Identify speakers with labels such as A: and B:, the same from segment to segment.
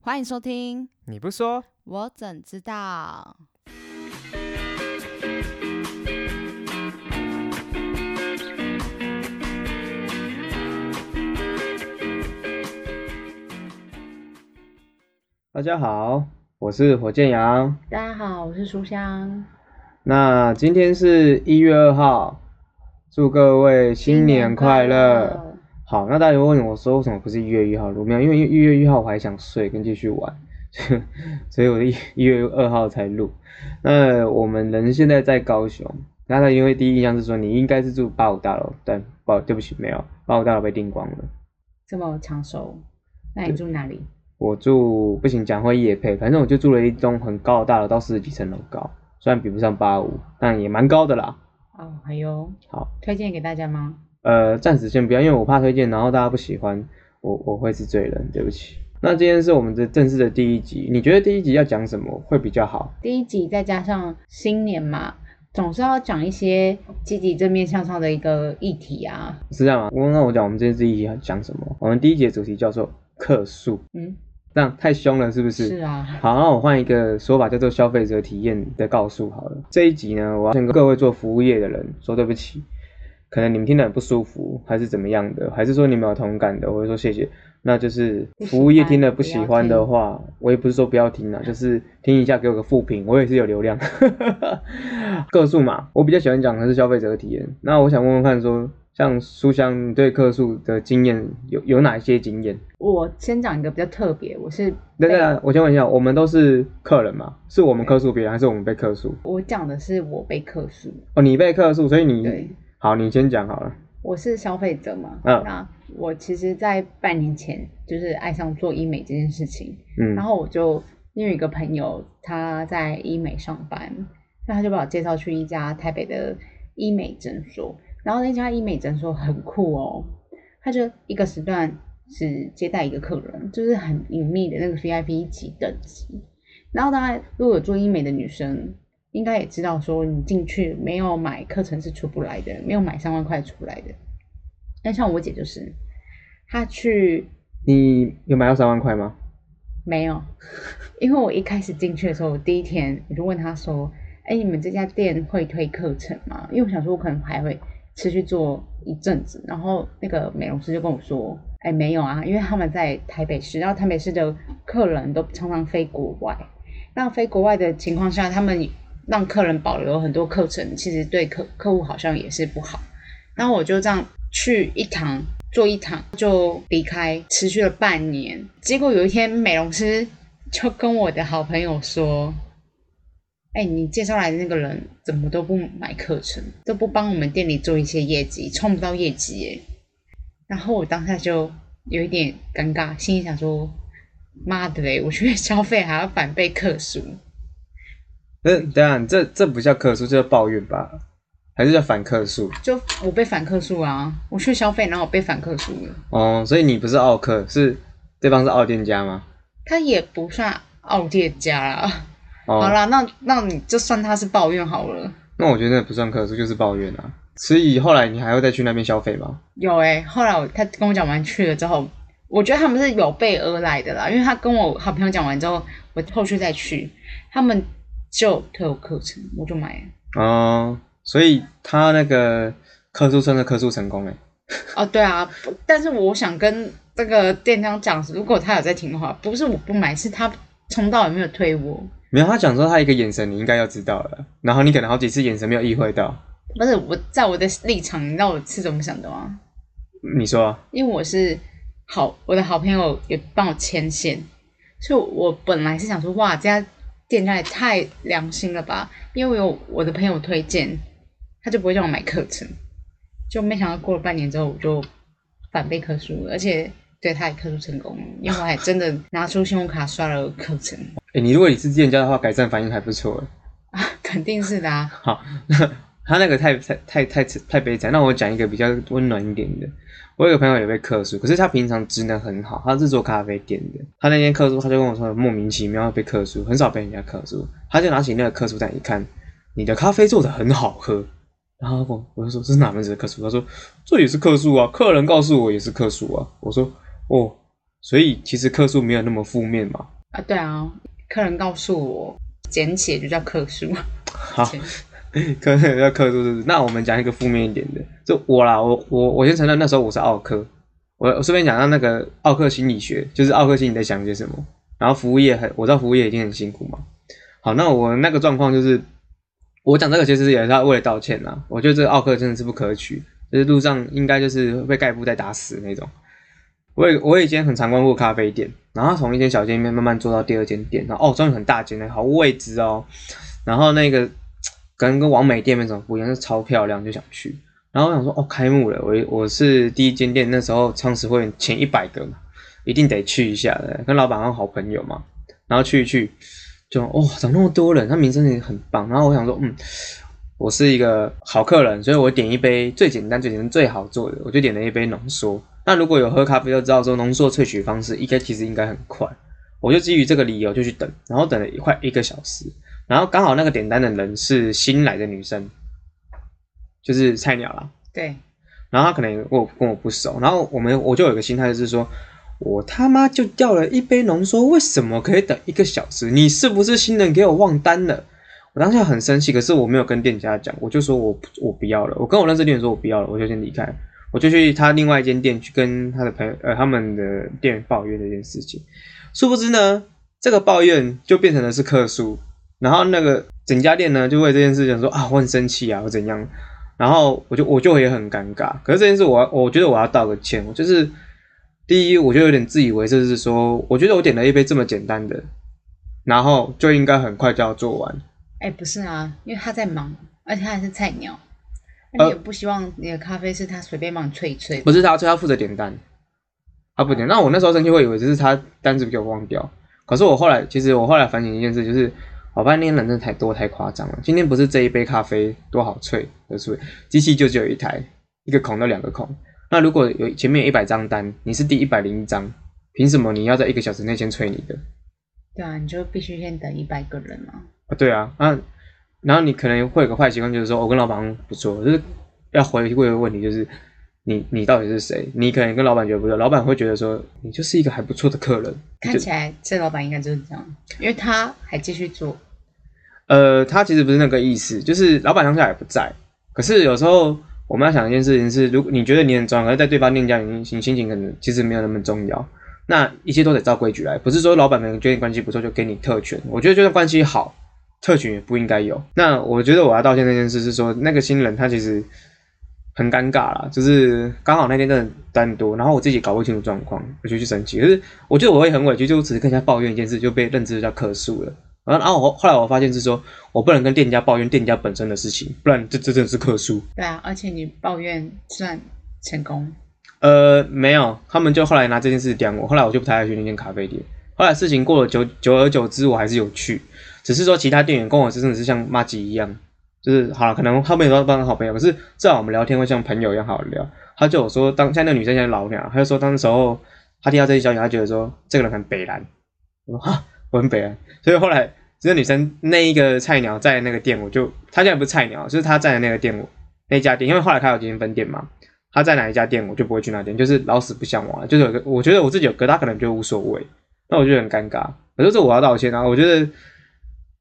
A: 欢迎收听，
B: 你不说，
A: 我怎知道？
B: 大家好，我是火箭羊。
A: 大家好，我是书香。
B: 那今天是一月二号，祝各位新年快乐。！好，那大家问我说为什么不是一月一号录？没有，因为一月一号我还想睡跟继续玩，所以我一一月二号才录。那我们人现在在高雄，那他因为第一印象是说你应该是住八五大楼，但不好，对不起，没有，八五大楼被订光了。
A: 这么抢手，那你住哪里？
B: 我住不行，讲会夜配，反正我就住了一栋很高的大楼，到四十几层楼高，虽然比不上八五，但也蛮高的啦。
A: 哦，还有
B: 好，
A: 推荐给大家吗？
B: 呃，暂时先不要，因为我怕推荐，然后大家不喜欢，我我会是罪人，对不起。那今天是我们的正式的第一集，你觉得第一集要讲什么会比较好？
A: 第一集再加上新年嘛，总是要讲一些积极正面向上的一个议题啊。
B: 是这样吗？我那我讲我们这次第一集要讲什么？我们第一集的主题叫做客诉，
A: 嗯，
B: 这样太凶了，是不是？
A: 是啊，
B: 好，那我换一个说法，叫做消费者体验的告诉好了。这一集呢，我要先跟各位做服务业的人说对不起，可能你们听得很不舒服，还是怎么样的，还是说你们有同感的，我会说谢谢。那就是
A: 不喜欢
B: 服务业听了不喜欢的话，我也不是说不要听啊，就是听一下给我个负评，我也是有流量。 客诉嘛，我比较喜欢讲的是消费者的体验。那我想问问看说像书香，你对客诉的经验有有哪一些经验？
A: 我先讲一个比较特别，我是
B: 对对啊
A: 被，
B: 我先问一下，我们都是客人嘛？是我们客诉别人，还是我们被客诉？
A: 我讲的是我被客诉，
B: 哦，你被客诉，所以
A: 对
B: 你好，你先讲好了。
A: 我是消费者嘛，
B: 嗯
A: 那我其实，在半年前就是爱上做医美这件事情，
B: 嗯
A: 然，后我就因为有一个朋友他在医美上班，那他就把我介绍去一家台北的医美诊所，然后那家医美诊所很酷哦，他就一个时段只接待一个客人，就是很隐秘的那个 VIP 级等级。然后大家如果有做医美的女生，应该也知道说你进去没有买课程是出不来的，没有买三万块出不来的。但像我姐就是，她去
B: 你有买到三万块吗？
A: 没有，因为我一开始进去的时候，我第一天我就问他说：“哎，你们这家店会推课程吗？”因为我想说，我可能还会持续做一阵子。然后那个美容师就跟我说：“哎，没有啊，因为他们在台北市，然后台北市的客人都常常飞国外。那飞国外的情况下，他们让客人保留很多课程，其实对客客户好像也是不好。”然后我就这样去一堂做一堂就离开，持续了半年。结果有一天，美容师就跟我的好朋友说：“哎、你介绍来的那个人怎么都不买课程，都不帮我们店里做一些业绩，冲不到业绩耶。”然后我当下就有一点尴尬，心里想说：“妈的嘞，我去消费还要反被客诉。”
B: 这呃等一下，这这不叫客诉，这叫抱怨吧？还是叫反客诉？
A: 就我被反客诉啊！我去消费，然后我被反客诉了。
B: 哦，所以你不是傲客，是对方是傲店家吗？
A: 他也不算傲店家啦。
B: 哦，
A: 好啦，那那你就算他是抱怨好了。
B: 那我觉得那不算客诉，就是抱怨啊。所以后来你还会再去那边消费吗？
A: 有诶、后来我他跟我讲完去了之后，我觉得他们是有备而来的啦，因为他跟我好朋友讲完之后，我后续再去，他们就退我课程，我就买了。
B: 哦，所以他那个客诉算是客诉成功哎。
A: 哦，对啊，不但是我想跟这个店家讲，如果他有在听的话，不是我不买，是他从到有没有推我。
B: 没有，他讲说他一个眼神你应该要知道了，然后你可能好几次眼神没有意会到。
A: 不是我在我的立场，你知道我是怎么想的吗？
B: 你说、啊，
A: 因为我是好，我的好朋友也帮我牵线，所以我本来是想说，哇，这家店家也太良心了吧！因为我有我的朋友推荐，他就不会让我买课程，就没想到过了半年之后，我就反被克数了，而且对他也克数成功了，因为我还真的拿出信用卡刷了课程
B: 哎，你如果你是店家的话，改善反应还不错。
A: 啊，肯定是的啊，
B: 好， 他那个太太太太太悲惨。那我讲一个比较温暖一点的。我有个朋友也被客诉，可是他平常职能很好，他是做咖啡店的。他那天客诉，他就跟我说莫名其妙被客诉，很少被人家客诉。他就拿起那个客诉单一看，你的咖啡做的很好喝。然后我我就说这是哪门子的客诉？他说这也是客诉啊，客人告诉我也是客诉啊。我说哦，所以其实客诉没有那么负面嘛。
A: 啊，对啊，客人告诉我，简写就叫客诉。
B: 好， 可能要克数是不是？那我们讲一个负面一点的，就我啦，我我我先承认那时候我是奥克，我我顺便讲一下那个奥克心理学，就是奥克心理在想些什么。然后服务业很，我知道服务业已经很辛苦嘛。好，那我那个状况就是，我讲这个其实也是要为了道歉啦。我觉得这个奥克真的是不可取，就是路上应该就是被盖布袋打死那种。我也我以前很常光顾咖啡店，然后从一间小间面慢慢做到第二间店，然后哦，终于很大间了，好位置哦。然后那个跟跟王美店面什么不一样，是超漂亮，就想去。然后我想说，哦，开幕了，我我是第一间店，那时候创始会员前一百个嘛，一定得去一下的，跟老板和好朋友嘛。然后去一去，就哦，怎么那么多人？他名声也很棒。然后我想说，嗯，我是一个好客人，所以我点一杯最简单、最简单、最好做的，我就点了一杯浓缩。那如果有喝咖啡就知道说，浓缩萃取方式应该其实应该很快。我就基于这个理由就去等，然后等了快一个小时，然后刚好那个点单的人是新来的女生，就是菜鸟啦。
A: 对，
B: 然后他可能跟我跟我不熟，然后我们我就有一个心态就是说，我他妈就叫了一杯浓缩，为什么可以等一个小时？你是不是新人给我忘单了？我当下很生气，可是我没有跟店家讲，我就说我不我不要了，我跟我认识店员说我不要了，我就先离开，我就去他另外一间店去跟他的朋友呃他们的店员抱怨这件事情，殊不知呢，这个抱怨就变成了是客诉，然后那个整家店呢就为这件事情说啊我很生气啊我怎样，然后我就我就也很尴尬。可是这件事我要我觉得我要道个歉，我就是第一，我就有点自以为是，是说我觉得我点了一杯这么简单的，然后就应该很快就要做完。
A: 哎，不是啊，因为他在忙，而且他还是菜鸟，那
B: 呃
A: 你也不希望你的咖啡是他随便帮你萃一萃。
B: 不是他，所以他负责点单，他不点。那我那时候生气，会以为只是他单子给我忘掉。可是我后来，其实我后来反省一件事，就是我发现那天人真的太多太夸张了。今天不是这一杯咖啡多好萃而是机器就只有一台，一个孔到两个孔。那如果有前面有一百张单，你是第一百零一张，凭什么你要在一个小时内先萃你的？
A: 对啊，你就必须先等一百个人嘛。
B: 啊，对啊，啊，然后你可能会有个坏习惯，就是说我跟老板不错，就是要回归一个问题，就是你你到底是谁？你可能跟老板觉得不错，老板会觉得说你就是一个还不错的客人。
A: 看起来这老板应该就是这样，因为他还继续做。
B: 呃，他其实不是那个意思，就是老板当下也不在。可是有时候我们要想一件事情是，如果你觉得你很重要，可是在对方店家你心心情可能其实没有那么重要，那一切都得照规矩来，不是说老板们觉得你关系不错就给你特权。我觉得就算关系好，特权也不应该有。那我觉得我要道歉那件事是说，那个新人他其实很尴尬啦，就是刚好那天真的单多，然后我自己搞不清楚状况，我就去生气。可是我觉得我会很委屈，就只是跟人家抱怨一件事就被认知到客诉了。然后，然后我后来我发现是说，我不能跟店家抱怨店家本身的事情，不然这这真的是客诉。
A: 对啊，而且你抱怨算成功，
B: 呃，没有，他们就后来拿这件事刁我，后来我就不太爱去那间咖啡店。后来事情过了久久而久之，我还是有去，只是说其他店员跟我真的是像妈吉一样，就是好了，可能他们也都当好朋友，可是至少我们聊天会像朋友一样好聊。他就有说当现在那个女生现在老鸟，他就说当时候他听到这些消息，他觉得说这个人很北蓝，我说啊，我很北蓝，所以后来这个女生那一个菜鸟在那个店，我就她现在不是菜鸟，就是她在的那个店我那家店，因为后来她有几间分店嘛，他在哪一家店，我就不会去那店，就是老死不相往来。就是有个，我觉得我自己有疙瘩，可能就无所谓。那我觉得很尴尬。可是这我要道歉啊！我觉得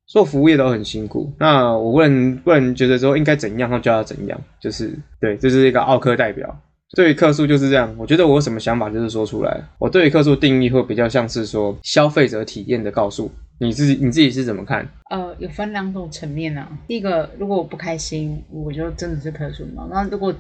B: 做服务业都很辛苦，那我不能不能觉得说应该怎样，那就要怎样，就是对，这、是一个奥科代表。对于客诉就是这样，我觉得我有什么想法就是说出来。我对于客诉定义会比较像是说消费者体验的告诉你自己，你自己是怎么看？
A: 呃，有分两种层面啊。第一个，如果我不开心，我就真的是可数嘛。那如果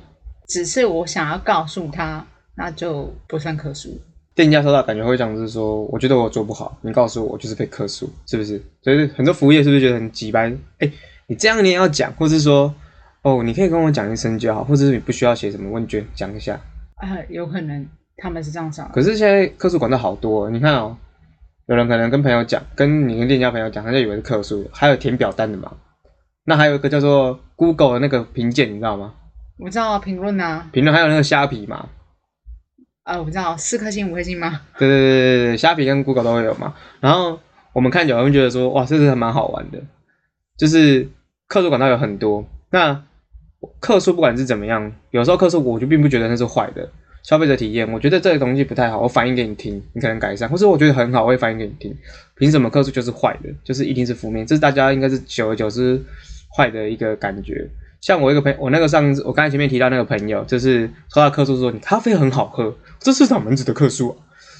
A: 只是我想要告诉他，那就不算可数。
B: 店家收到感觉会像是说，我觉得我做不好，你告诉我，我就是被客诉，是不是？所以很多服务业是不是觉得很急掰？哎，你这样你也要讲，或是说，哦，你可以跟我讲一声就好，或者是你不需要写什么问卷，讲一下。
A: 啊、有可能他们是这样想的。
B: 可是现在客诉管道好多哦、你看哦，有人可能跟朋友讲，跟你跟店家朋友讲，他就以为是客诉，还有填表单的嘛。那还有一个叫做 Google 的那个评鉴，你知道吗？
A: 我知道啊评论啊，
B: 评论还有那个虾皮嘛，
A: 呃，我不知道四颗星五颗星吗？
B: 对对对对对，虾皮跟 Google 都会有嘛。然后我们看久了，会觉得说，哇，这是还蛮好玩的。就是客诉管道有很多，那客诉不管是怎么样，有时候客诉我就并不觉得那是坏的。消费者体验，我觉得这个东西不太好，我反映给你听，你可能改善，或者我觉得很好，我会反映给你听。凭什么客诉就是坏的，就是一定是负面，这是大家应该是久而久之坏的一个感觉。像我一个朋我那个上次我刚才前面提到那个朋友，就是收到客诉说你咖啡很好喝，这是哪门子的客诉啊？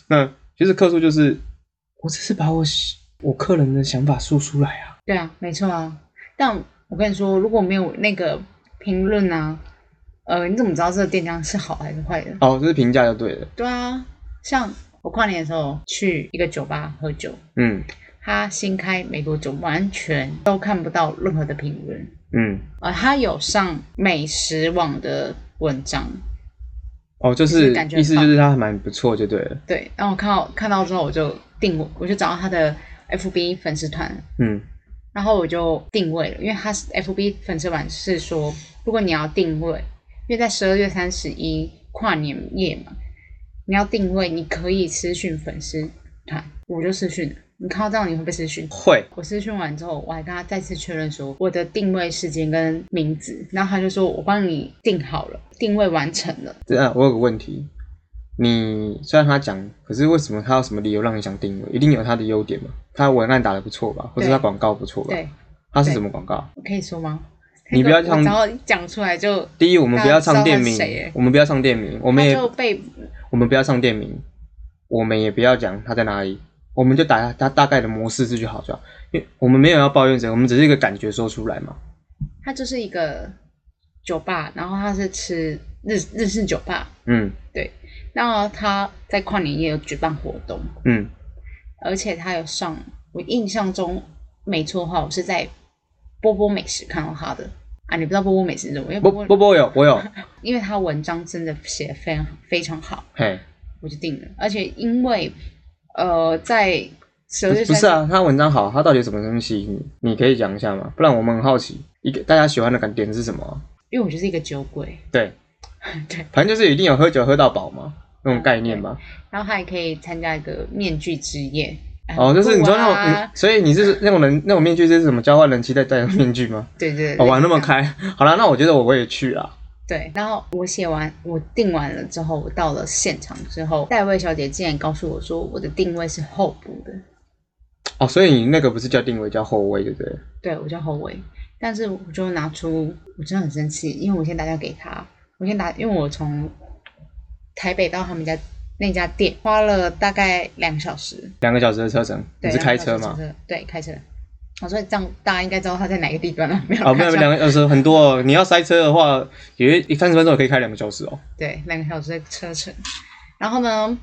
B: 那其实客诉就是我只是把我喜我客人的想法说出来啊，
A: 对啊，没错啊。但我跟你说，如果没有那个评论啊，呃，你怎么知道这个店家是好还是坏的？
B: 哦，这是评价就对了，
A: 对啊，像我跨年的时候去一个酒吧喝酒，
B: 嗯
A: 它新开没多久，完全都看不到任何的评论。
B: 嗯，
A: 呃，它有上美食网的文章，
B: 哦，就
A: 就是是感觉
B: 意思
A: 很
B: 就
A: 棒
B: 是他还蛮不错就对了，
A: 对，然后我看到看到之后，我就定位，我就找到他的 FB 粉丝团，
B: 嗯
A: 然后我就定位了，因为他是 FB 粉丝团是说，如果你要定位，因为在十二月三十一跨年夜嘛，你要定位，你可以私讯粉丝团，我就私讯了。你看到这样你会不会私讯？
B: 会
A: 我私讯完之后，我还跟他再次确认说我的定位时间跟名字，然后他就说我帮你定好了，定位完成了。
B: 这样，我有个问题，你虽然他讲，可是为什么他有什么理由让你想定位？一定有他的优点嘛？他文案打得不错吧，或者
A: 对
B: 他广告不错吧？
A: 对，
B: 他是
A: 对
B: 什么广告？
A: 我可以说吗？
B: 你不要
A: 这个
B: 唱
A: 我只要讲出来就，
B: 第一，我们不要唱店名
A: 大家知道他是谁欸，
B: 我们不要唱店名，我们
A: 他
B: 也
A: 就被
B: 我们不要唱店名，我们也不要讲他在哪里，我们就打他大概的模式是就好就好，因为我们没有要抱怨谁，我们只是一个感觉说出来嘛。
A: 它就是一个酒吧，然后它是吃日日式酒吧，
B: 嗯
A: 那它在跨年夜有举办活动，
B: 嗯
A: 而且它有上，我印象中没错的话，我是在波波美食看到它的啊，你不知道波波美食是什么？因为
B: 波
A: 波
B: 波
A: 波，
B: 波有我有，
A: 因为它文章真的写得非常非常好，
B: 嘿，
A: 我就定了，而且因为呃在十二月
B: 不
A: 三
B: 是
A: 十
B: 啊，他文章好，他到底有什么东西吸引你？你可以讲一下吗？不然我们很好奇，一个大家喜欢的感点是什么啊、
A: 因为我就是一个酒鬼，
B: 对，
A: 对，
B: 反正就是一定有喝酒喝到饱嘛，那种概念吧。
A: 然后还可以参加一个面具之夜。
B: 哦，就是你说那种，
A: 很哎酷啊
B: 嗯所以你 是那种人，那种面具是什么交换人期待戴的面具吗？
A: 对对对，
B: 哦，玩那么
A: 开。
B: 开，好啦，那我觉得我也去啊啦。
A: 对，然后我写完，我定完了之后，我到了现场之后，代位小姐竟然告诉我说，我的定位是候补的，
B: 哦，所以你那个不是叫定位，叫后位，对不对？
A: 对我叫后卫，但是我就拿出，我真的很生气，因为我先打电话给他，我先打，因为我从台北到他们家那家店花了大概两个小时，
B: 两个小时的车程，你
A: 对，
B: 是开
A: 两
B: 车
A: 个小时
B: 吗？
A: 车？对，开车。我说这样大家应该知道他在哪个地段了，没有？
B: 哦，没有，两个小时很多哦。你要塞车的话，也一三十分钟也可以开两个小时哦。
A: 对，两个小时的车程。然后呢，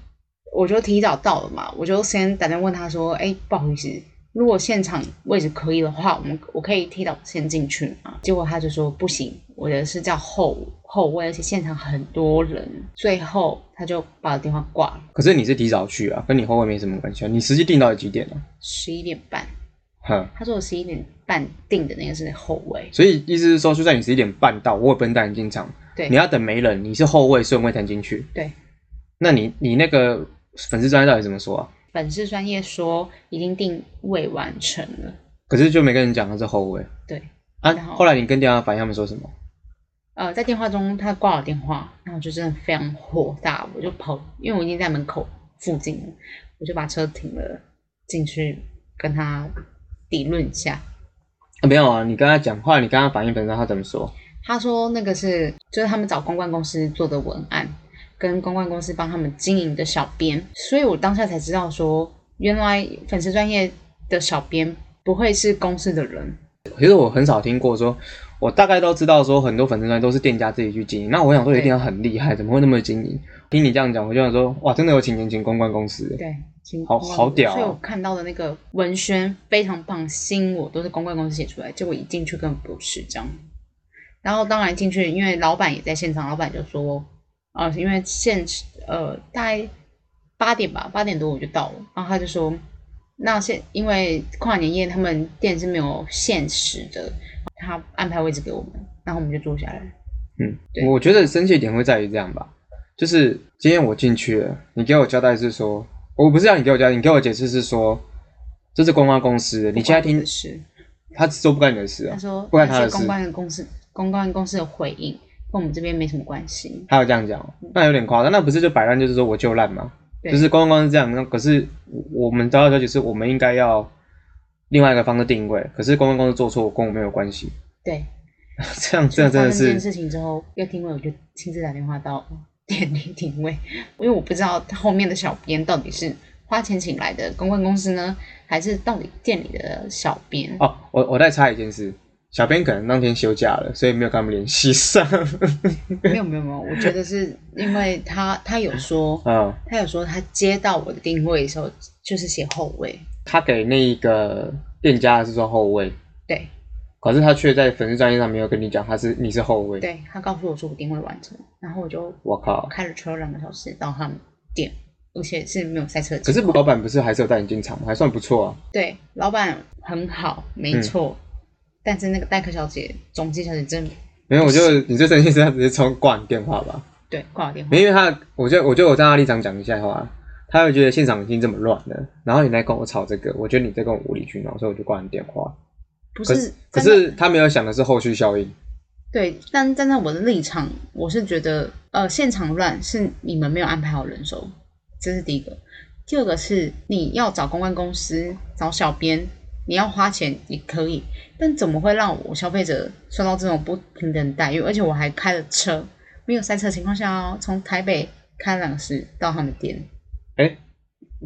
A: 我就提早到了嘛，我就先打电话问他说：“哎，不好意思，如果现场位置可以的话，我们我可以提早先进去嘛。”结果他就说：“不行，我的是叫后后位，而且现场很多人。”最后他就把我电话挂了，
B: 可是你是提早去啊，跟你后位没什么关系啊。你实际定到底几点啊？
A: 十一点半。
B: 哼，
A: 他说我十一点半定的那个是后位，
B: 所以意思是说，就算你十一点半到，我也不能带你进场。
A: 对
B: 你要等没人，你是后位顺位才进去。
A: 对。
B: 那你你那个粉丝专业到底怎么说啊？
A: 本市专业说已经定位完成了，
B: 可是就没跟你讲他是后位
A: 对。
B: 啊。
A: 然后
B: 后来你跟店家反映他们说什么？
A: 呃，在电话中他挂了电话，然后我就真的非常火大，我就跑，因为我已经在门口附近了，我就把车停了进去跟他理论一下。
B: 啊没有啊，你跟他讲，后来你跟他反映粉丝他怎么说？
A: 他说那个是就是他们找公关公司做的文案，跟公关公司帮他们经营的小编，所以我当下才知道说，原来粉丝专业的小编不会是公司的人，
B: 其实我很少听过说，我大概都知道说很多粉丝团都是店家自己去经营。那我想说，一定要很厉害，怎么会那么经营？听你这样讲，我就想说，哇，真的有请年请公关公司。
A: 对，请
B: 好
A: 公关
B: 好
A: 公司
B: 屌
A: 所以
B: 哦
A: 我看到的那个文宣非常棒，新我都是公关公司写出来，结果一进去根本不是这样。然后当然进去，因为老板也在现场，老板就说，呃，因为现呃大概八点吧，八点多我就到了，然后他就说，那现因为跨年夜他们店是没有限时的，他安排位置给我们，然后我们就坐下来。
B: 嗯
A: 对，
B: 我觉得生气点会在于这样吧，就是今天我进去了，你给我交代是说，我不是让你给我交代，你给我解释是说，这是公关公司的，你现在
A: 不关我
B: 听
A: 的事
B: 他做不干你的事啊
A: 他，说
B: 嗯不干他
A: 那
B: 的
A: 是
B: 事
A: 公关公司公关公司的回应，跟我们这边没什么关系。
B: 他有这样讲哦，那有点夸张，那不是就摆烂，就是说我就烂吗？
A: 对
B: 就是公关是这样，那可是我们得到消息是我们应该要另外一个方式定位，可是公关公司做错跟我没有关系，
A: 对，
B: 这样这样真的
A: 发生这件
B: 是
A: 事情之后要定位，我就亲自打电话到 店里定位，因为我不知道后面的小编到底是花钱请来的公关公司呢，还是到底店里的小编。
B: 哦，我我再插一件事，小编可能当天休假了，所以没有跟他们联系上，
A: 没有没有没有，我觉得是因为他他有说，
B: 嗯，
A: 他有说他接到我的定位的时候就是写后位，
B: 他给那一个店家是说后卫，
A: 对
B: 可是他却在粉丝专业上没有跟你讲他是你是后卫，
A: 对，他告诉我说我定位完成，然后我就
B: 我靠！
A: 开了车两个小时到他们店，而且是没有塞车的
B: 可
A: 情
B: 是
A: 况。
B: 老板不是还是有带你进场吗？还算不错啊。
A: 对，老板很好，没错，
B: 嗯
A: 但是那个代课小姐、总机小姐真
B: 没有，我就你最生气是他直接冲挂你电话吧。
A: 对挂我电话
B: 没，有，因为他，我就我就我站他立场讲一下话，他会觉得现场已经这么乱了，然后你来跟我吵这个，我觉得你在跟我无理取闹，所以我就挂你电话。
A: 不
B: 可
A: 是
B: 可
A: 站在
B: 是他没有想的是后续效应，
A: 对，但站在我的立场，我是觉得呃，现场乱是你们没有安排好人手，这是第一个。第二个是你要找公关公司找小编，你要花钱也可以，但怎么会让我消费者受到这种不平等待遇？而且我还开了车，没有塞车的情况下哦，从台北开两个小时到他们店，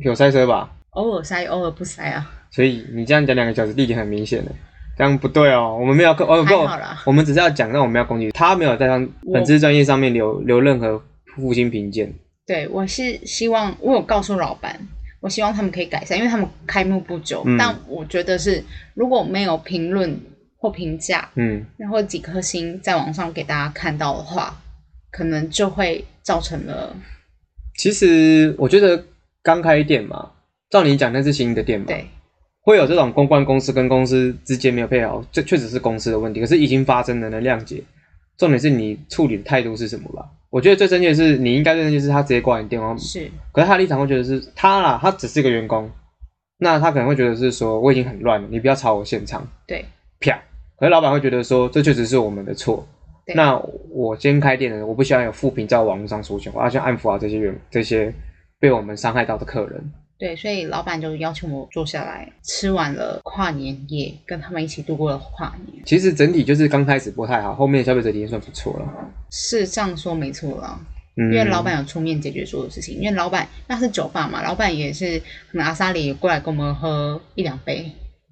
B: 有塞车吧？
A: 偶尔塞，偶尔不塞啊。
B: 所以你这样讲两个小时，地点很明显的，这样不对哦。我们没有跟哦
A: 还
B: 不，
A: 好啦，
B: 我们只是要讲，但我们要攻击他没有在他粉丝专业上面留留任何负心评鉴。
A: 对我是希望我有告诉老板，我希望他们可以改善，因为他们开幕不久，
B: 嗯
A: 但我觉得是如果没有评论或评价，
B: 嗯，
A: 然后几颗星在网上给大家看到的话，可能就会造成了
B: 其实我觉得刚开店嘛，照你讲那是新的店嘛，
A: 对
B: 会有这种公关公司跟公司之间没有配好，这确实是公司的问题，可是已经发生了能谅解。重点是你处理的态度是什么吧？我觉得最正确的是你应该最正确是他直接挂你电话，
A: 是
B: 可是他的立场会觉得是他啦，他只是一个员工，那他可能会觉得是说我已经很乱了，你不要吵我现场，
A: 对
B: 啪。可是老板会觉得说这确实是我们的错，
A: 对
B: 那我先开店的，我不希望有负评在网络上出现，我要先安抚好啊这些员这些被我们伤害到的客人。
A: 对，所以老板就要求我坐下来，吃完了跨年夜，跟他们一起度过了跨年，
B: 其实整体就是刚开始不太好，后面消费者体验算不错了。
A: 是这样说没错啦。
B: 嗯，
A: 因为老板有出面解决所有事情，因为老板那是酒吧嘛，老板也是可能阿萨里也过来跟我们喝一两杯，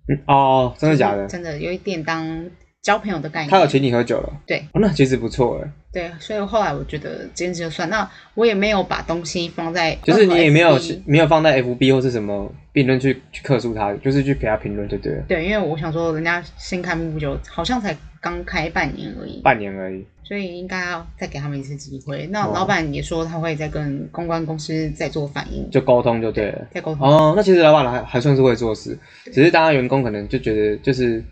B: 嗯哦，真的假的？
A: 真的有一点当交朋友的概念。
B: 他有请你喝酒了？
A: 对
B: 哦，那其实不错哎，
A: 对，所以后来我觉得这件事就算，那我也没有把东西放在呃
B: 就是你也没有
A: FB
B: 没有放在 FB 或是什么评论去去克诉他，就是去给他评论就对了，
A: 对，因为我想说人家新开幕不久，好像才刚开半年而已，
B: 半年而已。
A: 所以应该要再给他们一次机会。那
B: 哦
A: 老板也说他会再跟公关公司再做反应，
B: 就沟通就对了。
A: 再沟通。
B: 哦，那其实老板还还算是会做事，只是当然员工可能就觉得就是，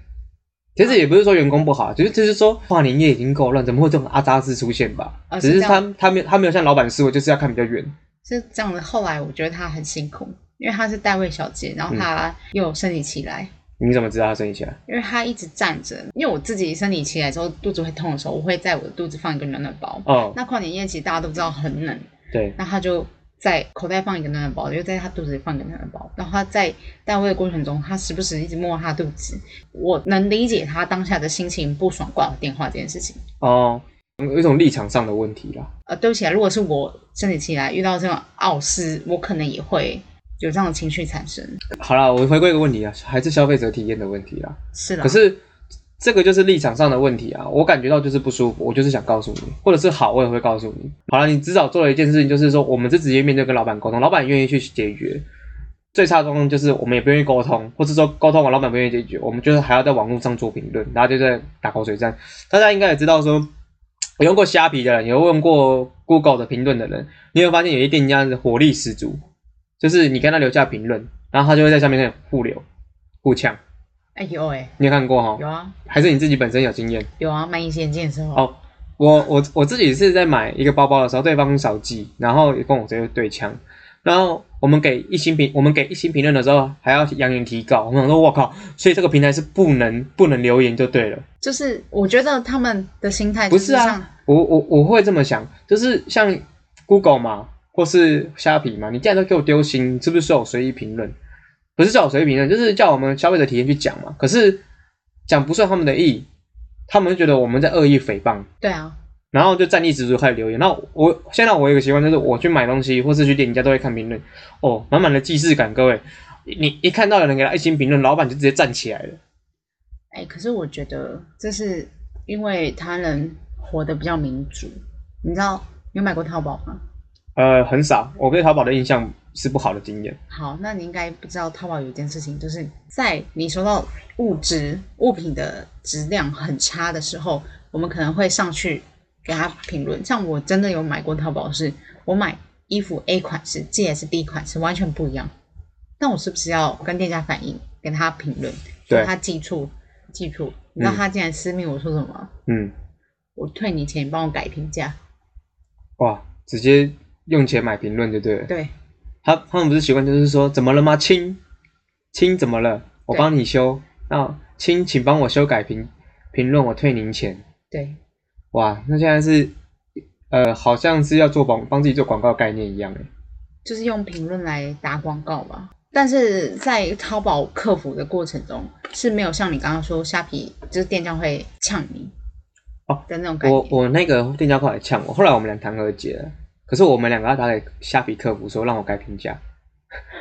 B: 其实也不是说员工不好，只是就是说跨年夜已经够乱，怎么会有这种阿扎事出现吧？
A: 啊
B: 只
A: 是
B: 是
A: 这
B: 他
A: 样
B: 他没有他没有像老板思维，就是要看比较远。
A: 是这样的，后来我觉得她很辛苦，因为她是代位小姐，然后她又有生理期来，
B: 你怎么知道他生意起来？
A: 因为她一直站着。因为我自己生理期来之后肚子会痛的时候，我会在我的肚子放一个暖暖包。
B: 哦，
A: 那跨年夜其实大家都知道很冷，
B: 对，
A: 那她就在口袋放一个暖暖包，又在她肚子里放一个暖暖包。然后她在代位的过程中，她时不时一直摸她肚子。我能理解她当下的心情不爽挂我电话这件事情。
B: 哦，有一种立场上的问题啦。
A: 呃，对不起啊，如果是我生理期来遇到这种傲视，我可能也会有这样的情绪产生。
B: 好啦，我回归一个问题啊，还是消费者体验的问题啦。
A: 是啦，
B: 可是这个就是立场上的问题啊，我感觉到就是不舒服，我就是想告诉你，或者是好，我也会告诉你。好了，你至少做了一件事情，就是说我们是直接面对跟老板沟通，老板也愿意去解决。最差的状况就是我们也不愿意沟通，或是说沟通完老板不愿意解决，我们就是还要在网络上做评论，然后就在打口水战。大家应该也知道说。有用过虾皮的人，有用过 Google 的评论的人，你会发现有些店家是火力十足，就是你跟他留下评论，然后他就会在下面跟你互留、互呛。
A: 哎有哎、
B: 你有看过哈？
A: 有啊，
B: 还是你自己本身有经验？
A: 有啊，卖一些健身
B: 哦我我我自己是在买一个包包的时候，对方扫寄，然后也跟我直接对枪。然后我们给一星评，我们给一星评论的时候还要扬言提告。我们想说，我靠，所以这个平台是不能不能留言就对了。
A: 就是我觉得他们的心态
B: 不
A: 就是嗯是像
B: 啊，我我我会这么想，就是像 Google 嘛，或是虾皮嘛，你既然都给我丢星，你是不是叫我随意评论？不是叫我随意评论，就是叫我们消费者体验去讲嘛。可是讲不顺他们的意，他们就觉得我们在恶意诽谤，
A: 对啊，
B: 然后就战力十足开始留言。那我现在我有一个习惯，就是我去买东西或是去店家都会看评论，哦，满满的既视感，各位。你一看到有人给他一星评论，老板就直接站起来了。
A: 哎、可是我觉得这是因为他人活得比较民主。你知道你有买过淘宝吗？
B: 呃，很少，我对淘宝的印象是不好的经验。
A: 好，那你应该不知道淘宝有一件事情，就是在你收到物质物品的质量很差的时候，我们可能会上去给他评论。像我真的有买过淘宝是，我买衣服 A 款式、G S B 款式完全不一样，那我是不是要跟店家反映，跟他评论，说
B: 对
A: 他记错记错？你知道
B: 嗯
A: 他竟然私密我说什么吗？
B: 嗯，
A: 我退你钱，你帮我改评价。
B: 哇，直接用钱买评论就对了。
A: 对
B: 他他们不是习惯就是说怎么了吗？亲，亲怎么了？我
A: 对
B: 帮你修。那亲，请帮我修改评评论，我退您钱。
A: 对，
B: 哇，那现在是呃，好像是要做广帮自己做广告概念一样哎。
A: 就是用评论来打广告吧。但是在淘宝客服的过程中是没有像你刚刚说虾皮就是店家会呛你
B: 哦
A: 的那种感觉。
B: 我我那个店家过来呛我，后来我们俩谈和解了。可是我们两个要打给虾皮客服说让我改评价，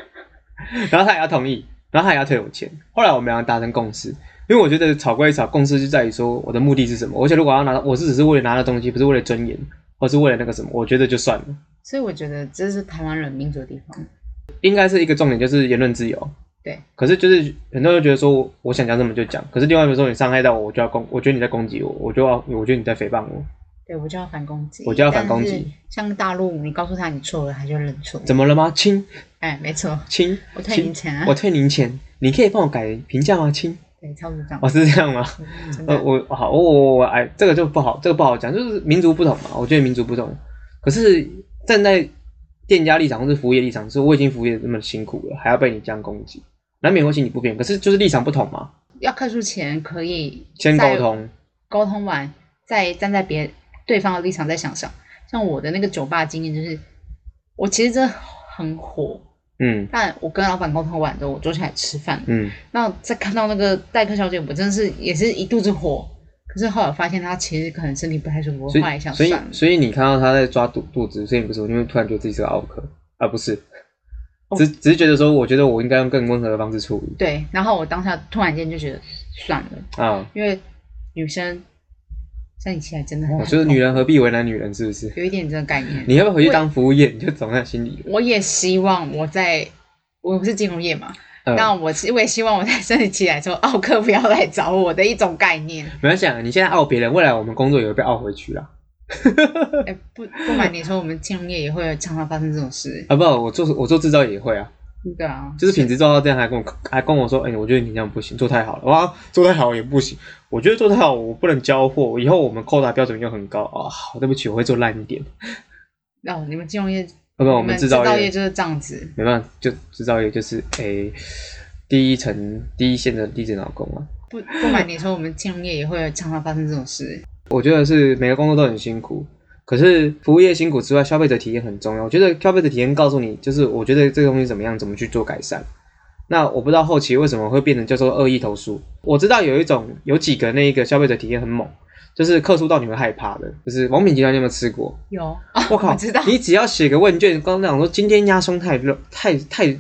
B: 然后他也要同意，然后他也要退我钱。后来我们两个达成共识，因为我觉得吵归吵，共识就在于说我的目的是什么。而且如果要拿到，我是只是为了拿到东西，不是为了尊严，或是为了那个什么，我觉得就算了。
A: 所以我觉得这是台湾人民主的地方。
B: 应该是一个重点，就是言论自由。
A: 对，
B: 可是就是很多人觉得说我我想讲什么就讲，可是另外一个说你伤害到我，我就要攻，我觉得你在攻击我，我就要我觉得你在诽谤我，
A: 对，我就要反攻击，
B: 我就要反攻击。
A: 像大陆，你告诉他你错了，他就认错。
B: 怎么了吗？亲
A: 哎，没错，
B: 亲，
A: 我退
B: 亲
A: 你钱啊
B: 我！退您钱，你可以帮我改评价吗，亲？
A: 对，差不多这样。
B: 哦，是这样吗？
A: 真的
B: 呃，我好，我我我哎，这个就不好，这个不好讲，就是民族不同嘛。我觉得民族不同，可是站在店家立场或是服务业立场，是我已经服务业这么辛苦了，还要被你这样攻击，难免会心里不平。可是就是立场不同嘛，
A: 要开出钱可以
B: 先沟
A: 在
B: 通。
A: 沟通完，再站在别对方的立场再想想。像我的那个酒吧经验就是，我其实真的很火，
B: 嗯
A: 但我跟老板沟通完之后，我坐下来吃饭了，
B: 嗯，
A: 那我再看到那个代客小姐，我真的是也是一肚子火。可是后来发现她其实可能身体不太舒服，
B: 所
A: 我后来
B: 以
A: 想
B: 所
A: 算
B: 以
A: 了，
B: 所以你看到他在抓肚肚子，所以你不是，因为突然觉得自己是个奥克，而、不是，
A: 哦
B: 只只是觉得说，我觉得我应该用更温和的方式处理
A: 对。然后我当下突然间就觉得算了，
B: 啊。
A: 因为女生生理期还真的很
B: 我觉得
A: 痛
B: 哦女人何必为难女人，是不是？
A: 有一点这个概念。
B: 你要不要回去
A: 我
B: 当服务业？你就总在心里了。
A: 我也希望我在我不是金融业嘛，
B: 嗯
A: 那我是我也希望我在生理期来说，奥克不要来找我的一种概 念。
B: 没关系啊，你现在傲别人，未来我们工作也会被傲回去啊啦。
A: 哎，不不瞒你说，我们金融业也会常常发生这种事。
B: 啊，不，我做我做制造也会啊，
A: 对啊，
B: 就是品质做到这样，还跟我还跟我说，哎、我觉得你这样不行，做太好了，哇，做太好也不行，我觉得做太好我不能交货，以后我们扣打标准又很高啊、好对不起，我会做烂一点。
A: 哦，你们金融业，
B: 要不然我
A: 你们
B: 制
A: 制
B: 造
A: 造
B: 业
A: 业就是这样子。
B: 没办法，就制造业就是诶、第一层第一线的低层劳工啊。
A: 不不瞒你说，我们金融业也会常常发生这种事。
B: 我觉得是每个工作都很辛苦，可是服务业辛苦之外，消费者体验很重要。我觉得消费者体验告诉你，就是我觉得这个东西怎么样，怎么去做改善。那我不知道后期为什么会变成叫做恶意投诉。我知道有一种有几个那个消费者体验很猛，就是客诉到你会害怕的，就是王品集团你有没有吃过？
A: 有啊，
B: 我靠，
A: 我知道
B: 你只要写个问卷，刚刚讲说今天鸭胸太肉太太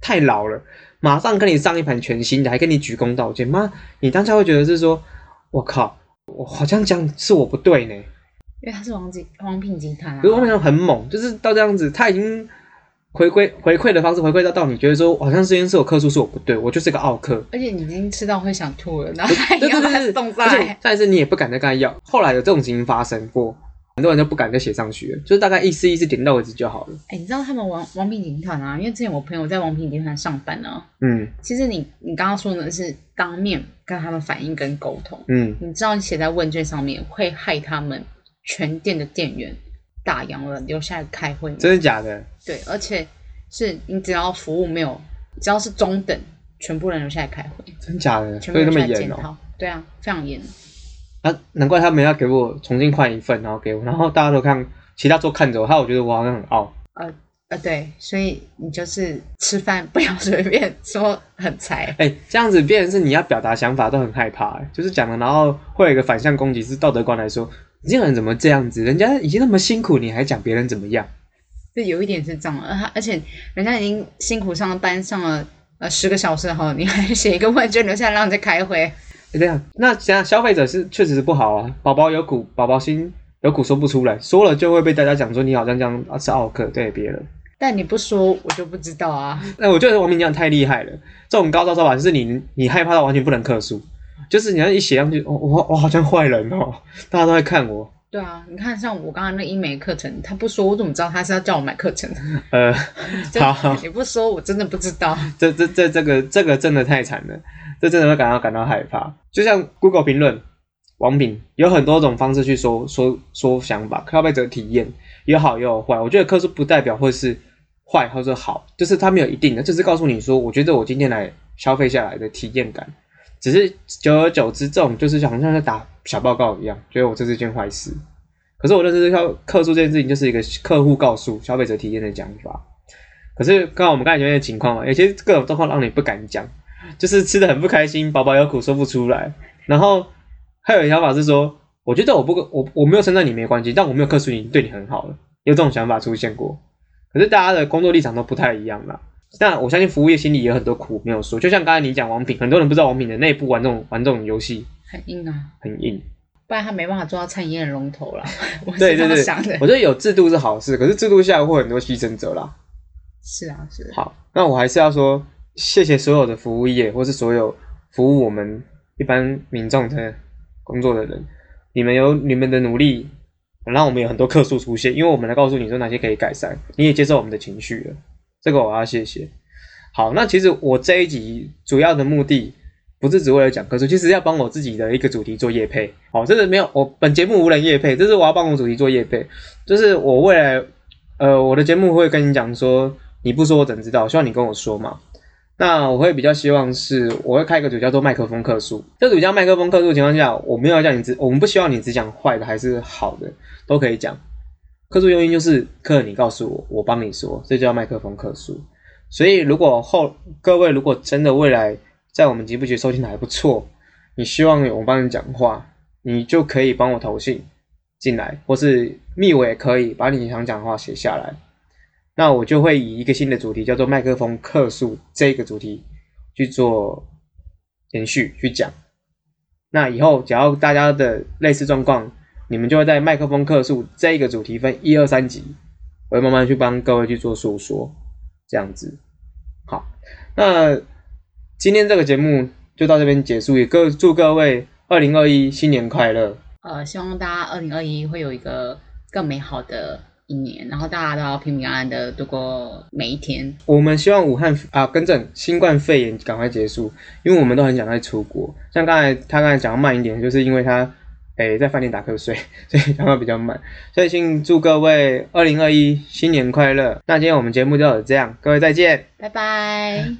B: 太老了，马上跟你上一盘全新的，还跟你鞠躬道歉，妈，你当下会觉得是说，我靠，我好像讲是我不对呢。
A: 因为他是王集王品集团啊
B: 可是。王品很猛，就是到这样子，他已经回归回馈的方式回馈到到你觉得说，好像这件事我克数是我不对，我就是个傲客。
A: 而且你已经吃到会想吐了，然后他
B: 对
A: 也
B: 对
A: 哎要把
B: 对
A: 它
B: 对，
A: 送上
B: 而且
A: 来。
B: 但是你也不敢再跟他要。后来有这种情形发生过，很多人就不敢再写上去了，就是大概意思意思点到为止就好了。
A: 哎，你知道他们王王品集团啊？因为之前我朋友在王品集团上班呢、啊。
B: 嗯
A: 其实你你刚刚说的是当面跟他们反映跟沟通，
B: 嗯。
A: 你知道你写在问卷上面会害他们全店的店员打烊了留下来开会吗？
B: 真的假的？
A: 对，而且是你只要服务没有，只要是中等，全部人留下来开会，
B: 真假的？所
A: 全部
B: 以那
A: 留
B: 么
A: 下来
B: 严
A: 检
B: 哦、
A: 讨。对啊，非常严。
B: 啊，难怪他们要给我重新换一份，然后给我，然后大家都看，其他桌看着我，害我觉得我好像很傲。
A: 呃呃，对，所以你就是吃饭不要随便说很财。
B: 哎、这样子变成是你要表达想法都很害怕、哎就是讲了，然后会有一个反向攻击，是道德观来说，你这个人怎么这样子？人家已经那么辛苦，你还讲别人怎么样？
A: 就有一点是这样，而他而且人家已经辛苦上了班，上了呃十个小时后，你还写一个问卷留下来让人家开会，
B: 哎这样，那这样消费者是确实是不好啊，宝宝有苦，宝宝心有苦说不出来，说了就会被大家讲说你好像这样啊是奥克对别人。
A: 但你不说我就不知道啊。
B: 那我觉得王明讲太厉害了，这种高招招法就是你你害怕到完全不能克数，就是你要一写上去，哦、我我好像坏人哦，大家都在看我，
A: 对啊，你看像我刚刚那医美课程，他不说我怎么知道他是要叫我买课程？
B: 呃，
A: 真的
B: 好，
A: 你不说我真的不知道。
B: 这这这这个这个真的太惨了，这真的会感到感到害怕。就像 Google 评论、网评有很多种方式去说说说想法，消费者体验有好也有坏。我觉得克数不代表会是坏或者好，就是它没有一定的，就是告诉你说，我觉得我今天来消费下来的体验感，只是久而久之，这种就是好像在打小报告一样，觉得我这是件坏事。可是我认识到客诉这件事情就是一个客户告诉消费者体验的讲法。可是刚好我们刚才讲的情况嘛，有些各种状况让你不敢讲，就是吃的很不开心，宝宝有苦说不出来。然后还有一个想法是说，我觉得我不我我没有称赞你没关系，但我没有克诉你对你很好了，有这种想法出现过。可是大家的工作立场都不太一样啦。那我相信服务业心里也有很多苦没有说，就像刚才你讲王品，很多人不知道王品的内部玩这种玩这种游戏
A: 很硬啊，
B: 很硬。
A: 不然他没办法做到餐饮业的龙头了。我是
B: 对
A: 这
B: 对
A: 样
B: 对
A: 想的，。
B: 我觉得有制度是好事，可是制度下会有很多牺牲者啦。
A: 是啊，是啊。
B: 好，那我还是要说，谢谢所有的服务业，或是所有服务我们一般民众的工作的人，你们有你们的努力，让我们有很多客诉出现，因为我们来告诉你说哪些可以改善，你也接受我们的情绪了，这个我要谢谢。好，那其实我这一集主要的目的不是只为了讲科数，其实要帮我自己的一个主题做业配。好、这个没有，我本节目无人业配，这是我要帮我主题做业配，就是我未来，呃，我的节目会跟你讲说，你不说我怎知道？希望你跟我说嘛。那我会比较希望是，我会开一个主题叫做麦克风克数。这主题叫麦克风克数的情况下，我没有要叫你只，我们不希望你只讲坏的还是好的，都可以讲。克数用意就是客，你告诉我，我帮你说，这就叫麦克风克数。所以，如果后各位如果真的未来在我们吉不局收听的还不错，你希望我帮你讲话，你就可以帮我投信进来，或是密我也可以把你想讲的话写下来。那我就会以一个新的主题叫做麦克风克数这个主题去做延续去讲。那以后只要大家的类似状况，你们就会在麦克风克数这个主题分一二三集，我会慢慢去帮各位去做诉说，这样子。好，那今天这个节目就到这边结束，也各祝各位二零二一新年快乐。
A: 呃，希望大家二零二一会有一个更美好的一年，然后大家都要平平安安的度过每一天。
B: 我们希望武汉啊，更正新冠肺炎赶快结束，因为我们都很想再出国。像刚才他刚才讲慢一点，就是因为他诶、在饭店打瞌睡， 所以讲话比较慢。所以先祝各位二零二一新年快乐。那今天我们节目就到这样，各位再见。
A: 拜拜。